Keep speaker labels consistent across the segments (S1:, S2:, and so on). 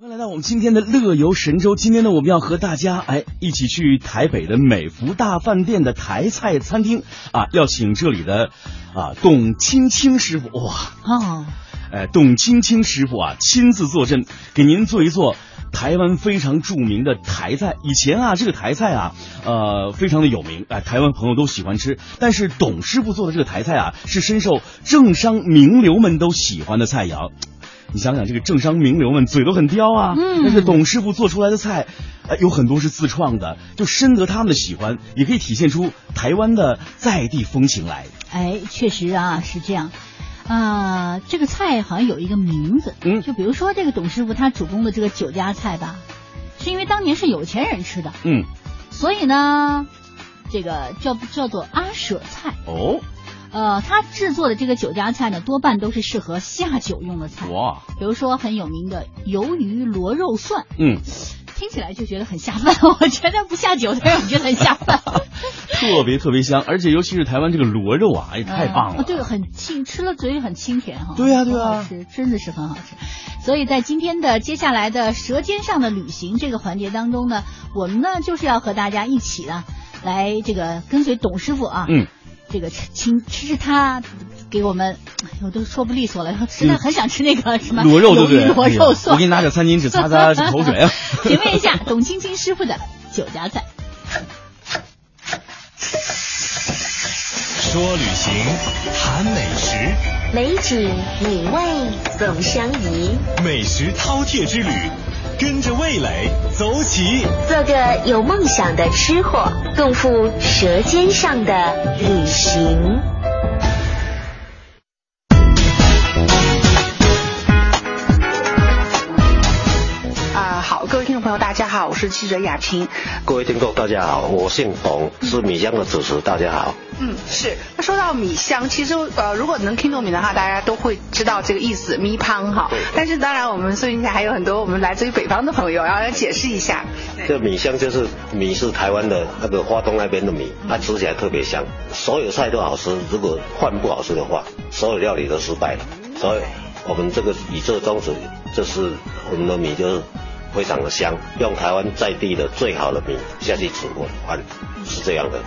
S1: 我们今天的乐游神州，今天呢，我们要和大家哎一起去台北的美福大饭店的台菜餐厅啊，要请这里的啊董青青师傅哇，
S2: 哦，
S1: 哎，董青青师傅啊亲自坐镇，给您做一做台湾非常著名的台菜。以前啊，这个台菜啊，呃，非常的有名，哎、台湾朋友都喜欢吃。但是董师傅做的这个台菜啊，是深受政商名流们都喜欢的菜肴。你想想，这个政商名流们嘴都很刁啊，
S2: 嗯
S1: 但是董师傅做出来的菜，呃，有很多是自创的，就深得他们的喜欢，也可以体现出台湾的在地风情来。
S2: 哎，确实啊，是这样。啊、这个菜好像有一个名字，
S1: 嗯
S2: 就比如说这个董师傅他主攻的这个酒家菜吧，是因为当年是有钱人吃的，
S1: 嗯，
S2: 所以呢，这个叫叫做阿舍菜。
S1: 哦，
S2: 呃，他制作的这个酒家菜呢，多半都是适合下酒用的菜，
S1: 哇，
S2: 比如说很有名的鱿鱼螺肉蒜，
S1: 嗯。
S2: 听起来就觉得很下饭。 我觉得不下酒的人，我觉得很下饭。
S1: 特别特别香，而且尤其是台湾这个螺肉啊，也太棒了。
S2: 啊对，很清，吃了嘴里很清甜哈。
S1: 对呀对呀
S2: 很好吃真的是很好吃。所以在今天的接下来的《舌尖上的旅行》这个环节当中呢，我们呢就是要和大家一起呢，来这个跟随董师傅啊，
S1: 嗯，
S2: 这个吃亲吃吃他。给我们，哎呦我都说不利索了，实在很想吃那个什么
S1: 螺嗯肉对不
S2: 鱿
S1: 对？
S2: 鱼螺
S1: 哎
S2: 肉
S1: 呀我
S2: 蒜
S1: 给。你拿点餐 巾纸擦擦这口水啊。
S2: 请问一下，董青青师傅的酒家菜，
S3: 说旅行，谈美食，
S4: 美景美味总相宜，
S3: 美食饕餮之旅，跟着味蕾走起。
S4: 做个有梦想的吃货，共赴舌尖上的旅行。
S5: 啊、好，各位听众朋友，大家好，我是记者雅萍。
S6: 各位听众，大家好，我姓董，是米江的主持，大家好。
S5: 嗯，是。那说到米香，其实呃，如果能听懂闽南话，大家都会知道这个意思，米汤哈
S6: 对。
S5: 但是当然，我们收音台还有很多我们来自于北方的朋友，然后要解释一下。
S6: 这米香就是米是台湾的那个花东那边的米，它吃起来特别香，所有菜都好吃。如果饭不好吃的话，所有料理都失败了。所以我们这个宇宙宗旨就是我们的米就是非常的香，用台湾在地的最好的米下去煮我饭，是这样的。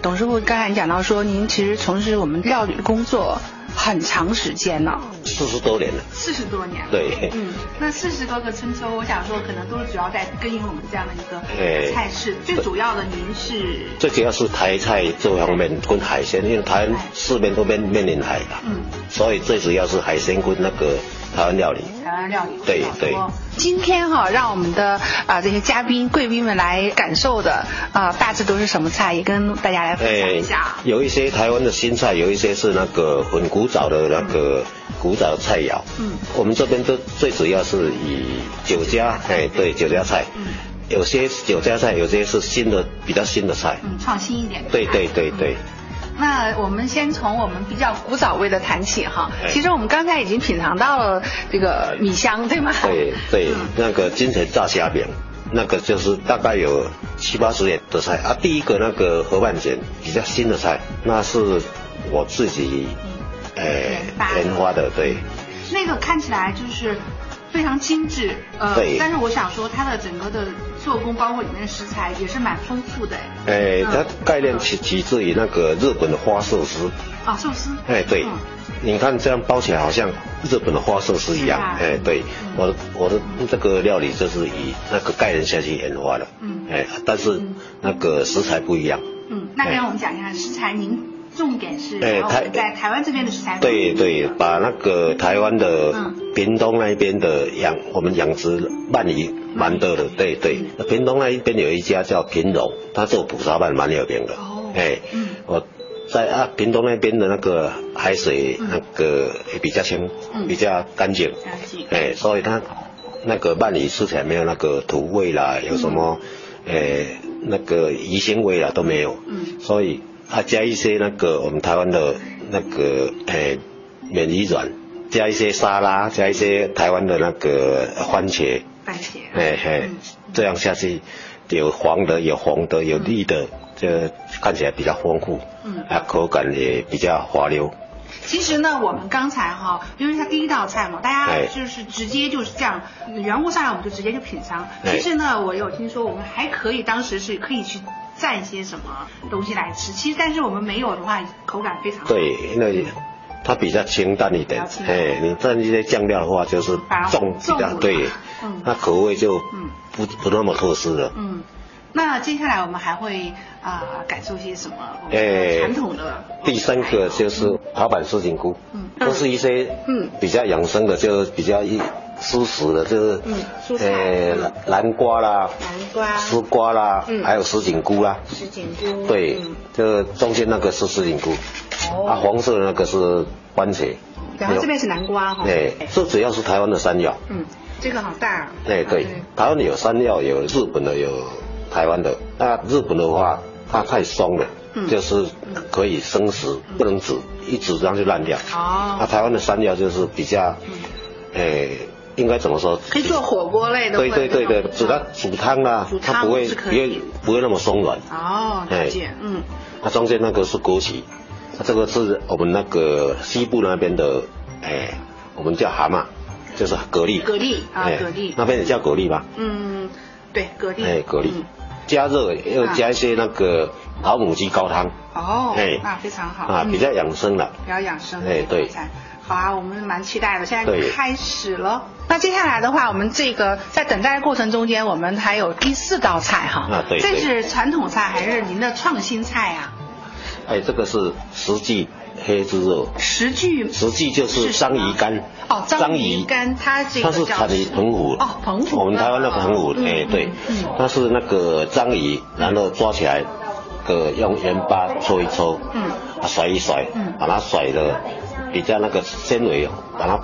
S5: 董师傅刚才讲到说，您其实从事我们料理工作很长时间了，
S6: 四十多年了，
S5: 四十多年。
S6: 对。
S5: 嗯，那四十多个春秋，我想说，可能都是主要在耕耘我们这样的一
S6: 哎
S5: 个菜式。最主要的，您是
S6: 最主要是台菜这方面跟海鲜，因为台湾四边都面面临海嘛，
S5: 嗯
S6: 所以最主要是海鲜跟那个台湾料理。
S5: 台湾料理。
S6: 对对
S5: 今天哈、让我们的啊、呃这些嘉宾贵宾们来感受的啊、呃大致都是什么菜，也跟大家来分享一下。
S6: 有一些台湾的新菜，有一些是那个很古早的那个古早菜肴。
S5: 嗯，
S6: 我们这边都最主要是以酒家，哎，对，酒家菜。
S5: 嗯，
S6: 有些是酒家菜，有些是新的比较新的菜。
S5: 嗯，创新一点。
S6: 对对对对，
S5: 那我们先从我们比较古早味的谈起哈。
S6: 哎
S5: 其实我们刚才已经品尝到了这个米香，对吗？
S6: 对对
S5: 嗯，
S6: 那个金钱炸虾饼，那个就是大概有七八十年的菜啊。第一个那个河畔卷比较新的菜，那是我自己，
S5: 嗯
S6: 呃，研发的，对。
S5: 那个看起来就是非常精致，呃
S6: 对但
S5: 是我想说它的整个的做工，包括里面的食材也是蛮丰富的。
S6: 哎，
S5: 嗯
S6: 它概念起起自于那个日本的花寿司。
S5: 啊，寿司。
S6: 哎，对，你看这样包起来好像日本的花寿司一样
S5: 是啊。
S6: 哎，对
S5: 嗯，
S6: 我的我的这个料理就是以那个概念下去研发的。
S5: 嗯
S6: 哎，但是那个食材不一样。
S5: 嗯，那
S6: 哎
S5: 让我们讲一下食材，您重点是
S6: 哎
S5: 然后我们
S6: 台
S5: 在台湾这边的食材。
S6: 对对，把那个台湾的
S5: 嗯
S6: 屏东那边的养，我们养殖鳗鱼蛮多的，对对。
S5: 嗯
S6: 屏东那一边有一家叫平荣，他做捕沙鳗蛮有名的。
S5: 哦
S6: 哎
S5: 嗯，
S6: 我在啊屏东那边的那个海水那个也比较清
S5: 嗯，
S6: 比较干净。
S5: 了解。
S6: 哎，所以它那个鳗鱼吃起来没有那个土味啦，有什么，哎，那个鱼腥味啦都没有。
S5: 嗯
S6: 所以它加一些那个我们台湾的那个哎免鱼软，加一些沙拉，加一些台湾的那个番茄，
S5: 番茄。
S6: 哎嘿
S5: 嗯，
S6: 这样下去有黄的，有红的，有绿的，这看起来比较丰富，
S5: 嗯
S6: 啊，口感也比较滑溜。
S5: 其实呢，我们刚才哈，因为它第一道菜嘛，大家
S6: 哎
S5: 就是直接就是这样，原物上来我们就直接就品尝。
S6: 哎
S5: 其实呢，我有听说我们还可以，当时是可以去蘸一些什么东西来吃。其实，但是我们没有的话，口感非常好。
S6: 对，因为它比较清淡一点
S5: 比较，清淡
S6: 哎，你蘸一些酱料的话，就是
S5: 反而
S6: 重比
S5: 重
S6: 较
S5: 了
S6: 对
S5: 嗯，
S6: 那口味就
S5: 嗯
S6: 不不那么特殊了。
S5: 嗯，那接下来我们还会啊、感受些什么？我们
S6: 哎
S5: 传统的
S6: 第三个就是滑板丝锦菇，
S5: 嗯
S6: 都是一些
S5: 嗯
S6: 比较养生的，就比较一舒适的，就是
S5: 嗯蔬菜
S6: 呃
S5: 嗯
S6: 南瓜啦、
S5: 南瓜
S6: 丝瓜啦
S5: 嗯，
S6: 还有什锦菇啦，
S5: 什锦菇
S6: 对
S5: 嗯，
S6: 这中间那个是什锦菇，啊，黄色的那个是番茄，
S5: 然后这边是南瓜哈。
S6: 哎，这主要是台湾的山药，
S5: 嗯，这个好大啊。
S6: 哎对，台湾有山药，有日本的，有台湾的。那日本的话，它太松了，
S5: 嗯
S6: 就是可以生食，不能煮，一煮这样就烂掉。
S5: 哦嗯
S6: 那台湾的山药就是比较，哎，应该怎么说？
S5: 可以做火锅类的。
S6: 对
S5: 或者
S6: 对对对
S5: 这，种
S6: 煮它煮汤啦
S5: 煮，汤
S6: 它不会
S5: 是可
S6: 不
S5: 以
S6: 会不会那么松软。
S5: 哦，
S6: 哎
S5: 了解，嗯，
S6: 它中间那个是枸杞，那这个是我们那个西部那边的，哎，我们叫蛤蟆，就是蛤蜊。
S5: 蛤蜊啊，
S6: 哎
S5: 蛤蜊，
S6: 那边也叫蛤蜊吧？
S5: 嗯，对，蛤蜊，
S6: 哎，蛤蜊
S5: 嗯，
S6: 加热又加一些那个老母鸡高汤，
S5: 哦
S6: 哎，
S5: 那非常好
S6: 啊，
S5: 嗯
S6: 比较养生了。
S5: 比较养生的
S6: 哎
S5: 一道
S6: 对
S5: 菜。好啊，我们蛮期待的，现在
S6: 对
S5: 开始了。那接下来的话，我们这个在等待过程中间，我们还有第四道菜哈。
S6: 啊对
S5: 这
S6: 对
S5: 是传统菜还是您的创新菜啊？
S6: 哎，这个是实际黑猪肉，
S5: 石具
S6: 实际就是章鱼干。
S5: 哦，章鱼干，它这个
S6: 它是
S5: 叫
S6: 产于澎湖
S5: 哦，澎湖，
S6: 我们台湾的澎湖，
S5: 嗯
S6: 哎，对
S5: 嗯，
S6: 它是那个章鱼，然后抓起来，呃，用盐巴搓一搓，
S5: 嗯
S6: 啊，甩一甩，
S5: 嗯
S6: 把它甩的比较那个纤维，哦把它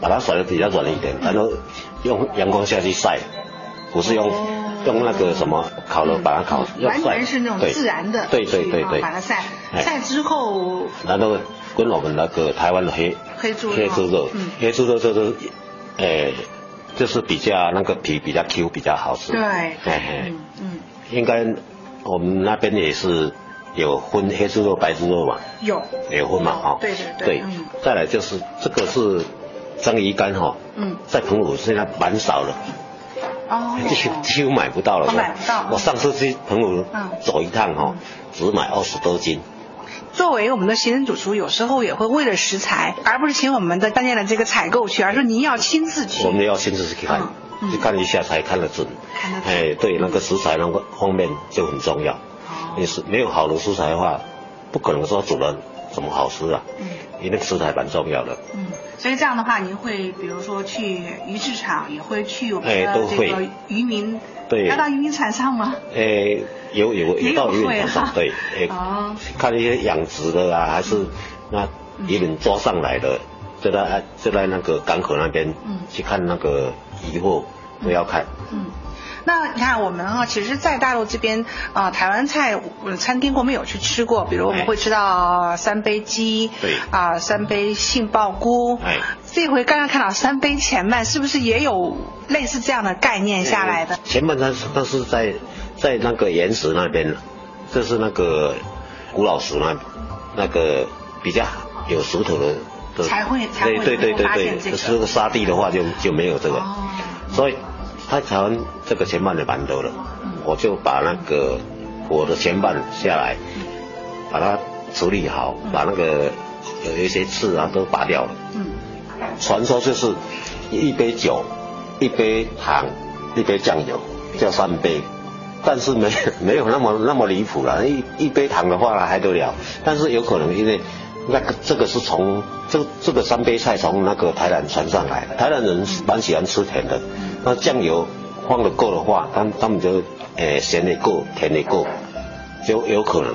S6: 把它甩的比较软一
S5: 嗯
S6: 点，然后用阳光下去晒，不是用用那个什么烤了把它烤，要
S5: 哦嗯完
S6: 晒
S5: 全是那种
S6: 对
S5: 自然的
S6: 对对
S5: 去
S6: 对
S5: 啊
S6: 对，
S5: 把它晒
S6: 哎
S5: 晒之后，
S6: 然后跟我们那个台湾的黑
S5: 黑猪肉
S6: 黑猪肉
S5: 嗯，
S6: 黑猪肉就是，诶、呃就是比较那个皮比较 Q，比较好吃。
S5: 对
S6: 嘿嘿
S5: 嗯嗯，
S6: 应该我们那边也是有分黑猪肉、白猪肉嘛，
S5: 有
S6: 有分嘛，
S5: 哦
S6: 哦，
S5: 对对对嗯
S6: 再来就是这个是章鱼干哈、哦，
S5: 嗯
S6: 在澎湖现在蛮少了，
S5: 哦，
S6: 几乎几乎买不到了。
S5: 我买不到
S6: 我上次去澎湖
S5: 嗯
S6: 走一趟哈、哦，只买二十多斤。
S5: 作为我们的行政主厨，有时候也会为了食材，而不是请我们的当店的这个采购去，而是您要亲自去
S6: 我。们要亲自去看，
S5: 嗯嗯
S6: 去看一下才看得准。
S5: 看得准
S6: 哎，对，那个食材那个方面就很重要。
S5: 哦嗯
S6: 你是没有好的食材的话，不可能说煮了怎么好吃啊。
S5: 嗯
S6: 因为食材蛮重要的。
S5: 嗯，所以这样的话，您会比如说去鱼市场，也会去我们
S6: 哎
S5: 的
S6: 都
S5: 这
S6: 会
S5: 个渔民，
S6: 对
S5: 要到渔民船上吗？
S6: 哎，有有
S5: 也有
S6: 有到渔
S5: 会
S6: 民船
S5: 啊
S6: 上，对，哎，
S5: 哦嗯
S6: 看一些养殖的啊，还是那渔民抓上来的，就在就在那个港口那边
S5: 嗯
S6: 去看那个渔获，不要看。
S5: 嗯，那你看我们啊，其实，在大陆这边啊、呃台湾菜呃餐厅我们有去吃过，比如我们
S6: 哎
S5: 会吃到呃三杯鸡，
S6: 对
S5: 啊、三杯杏鲍菇，
S6: 哎
S5: 这回刚刚看到三杯前麦，是不是也有类似这样的概念下来的？
S6: 嗯前半它是它是在在那个岩石那边，这是那个古老石那那个比较有石头的。的
S5: 才会才会
S6: 对对对对
S5: 发现
S6: 对，
S5: 这个
S6: 可是那个沙地的话就就没有这个，
S5: 哦
S6: 所以它台湾这个前半的蛮多的，
S5: 嗯
S6: 我就把那个我的前半下来，把它处理好，把那个有一些刺啊都拔掉了。
S5: 嗯，
S6: 传说就是一杯酒、一杯糖、一杯酱油，叫三杯。但是没 没有那么那么离谱了，一一杯糖的话还得了，但是有可能因为那个这个是从这这个三杯菜从那个台南传上来的，台南人蛮喜欢吃甜的，那酱油放的够的话，他们他们就诶咸的够，甜的够，就有可能。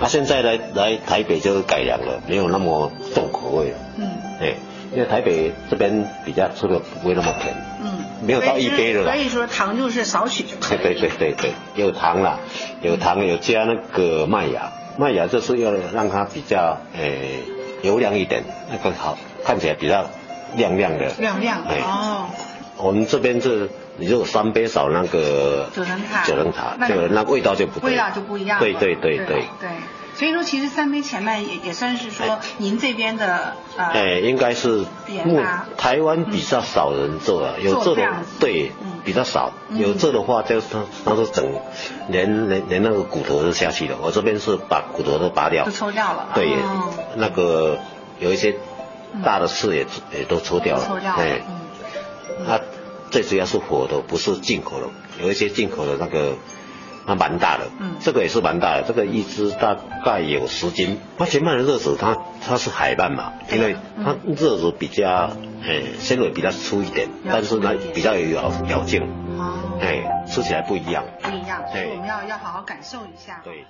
S6: 那、现在来来台北就改良了，没有那么重口味了。
S5: 嗯
S6: 哎，因为台北这边比较吃的不会那么甜，
S5: 嗯，
S6: 没有到一杯了啦
S5: 所。以说糖就是少许就可
S6: 对
S5: 以。
S6: 对对对对，有糖啦，有糖有加那个麦芽，麦芽就是要让它比较诶、油亮一点，那个好看起来比较亮亮的。
S5: 亮亮
S6: 哎
S5: 哦，
S6: 我们这边是，你如果三杯少那个
S5: 九层塔
S6: 九层塔
S5: 那，
S6: 就那味道就不对
S5: 味道就不一样了。
S6: 对对对
S5: 对
S6: 对。
S5: 对所以说，其实三杯前麦也也算是说您这边的呃，
S6: 哎，应该是
S5: 研
S6: 目
S5: 发
S6: 台湾比较少人做了，
S5: 嗯
S6: 有
S5: 做
S6: 这
S5: 这
S6: 种
S5: 样子
S6: 对
S5: 嗯
S6: 比较少，
S5: 嗯
S6: 有这的话就是它它是整连连连那个骨头都下去了，我这边是把骨头都拔掉
S5: 都，抽掉了。
S6: 对
S5: 哦，
S6: 那个有一些大的刺也也都抽掉了，
S5: 抽掉了嗯
S6: 哎，它最主要是活的，不是进口的，有一些进口的那个。它蛮大的，
S5: 嗯
S6: 这个也是蛮大的，这个一只大概有十斤。它前半的热子，它它是海鳗嘛，因为
S5: 嗯
S6: 它热子比较，诶、纤维比较粗一点，
S5: 比较
S6: 但是
S5: 粗一
S6: 呢
S5: 点
S6: 比较有咬咬劲，
S5: 哦，
S6: 哎、吃起来不一样，
S5: 不一样，所以
S6: 对
S5: 我们要要好好感受一下。
S6: 对。